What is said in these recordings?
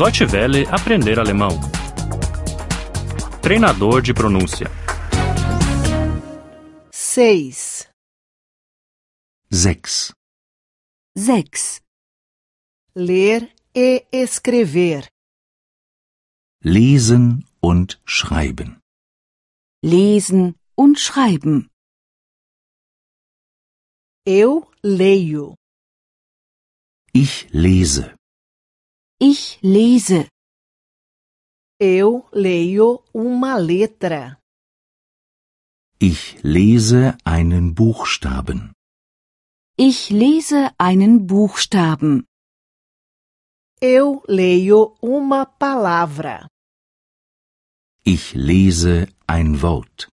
Deutsche Welle aprender alemão. Treinador de pronúncia. 6. 6. 6. Ler e escrever. Lesen und Schreiben. Lesen und Schreiben. Eu leio. Ich lese. Ich lese. Eu leio uma letra. Ich lese einen Buchstaben. Ich lese einen Buchstaben. Eu leio uma palavra. Ich lese ein Wort.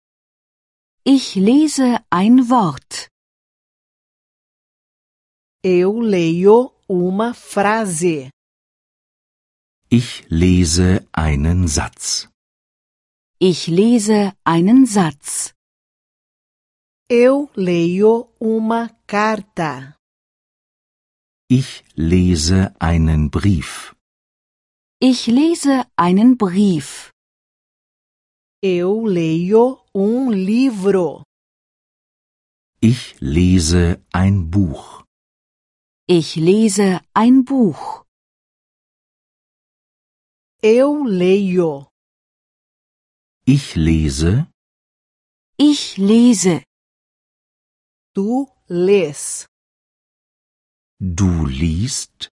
Ich lese ein Wort. Eu leio uma frase. Ich lese einen Satz. Ich lese einen Satz. Eu leio uma carta. Ich lese einen Brief. Ich lese einen Brief. Eu leio um livro. Ich lese ein Buch. Ich lese ein Buch. Eu leio. Ich lese, Ich lese. Tu lês. du liest,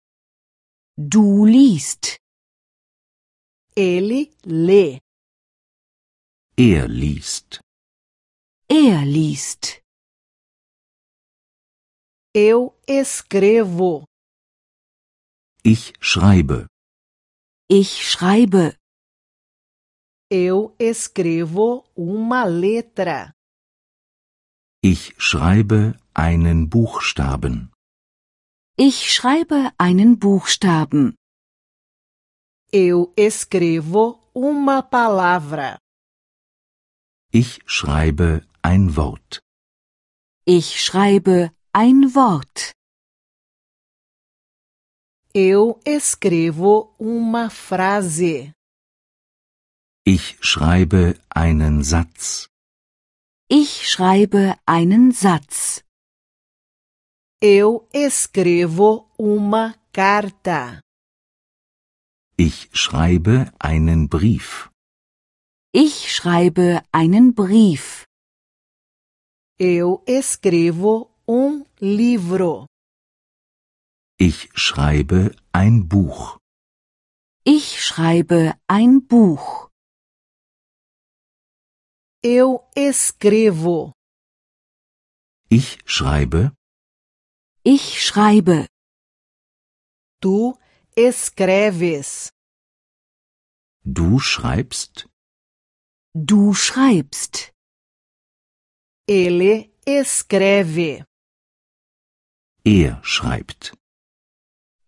Du liest. Ele lê. er liest. Er liest. Eu escrevo. Ich schreibe. Ich schreibe. Eu escrevo uma letra. Ich schreibe einen Buchstaben. Ich schreibe einen Buchstaben. Eu escrevo uma palavra. Ich schreibe ein Wort. Ich schreibe ein Wort. Eu escrevo uma frase. Ich schreibe einen Satz. Ich schreibe einen Satz. Eu escrevo uma carta. Ich schreibe einen Brief. Ich schreibe einen Brief. Eu escrevo um livro. Ich schreibe ein Buch. Ich schreibe ein Buch. Eu escrevo. Ich schreibe, Ich schreibe. Tu escreves. du schreibst, Du schreibst. Ele escreve. er schreibt.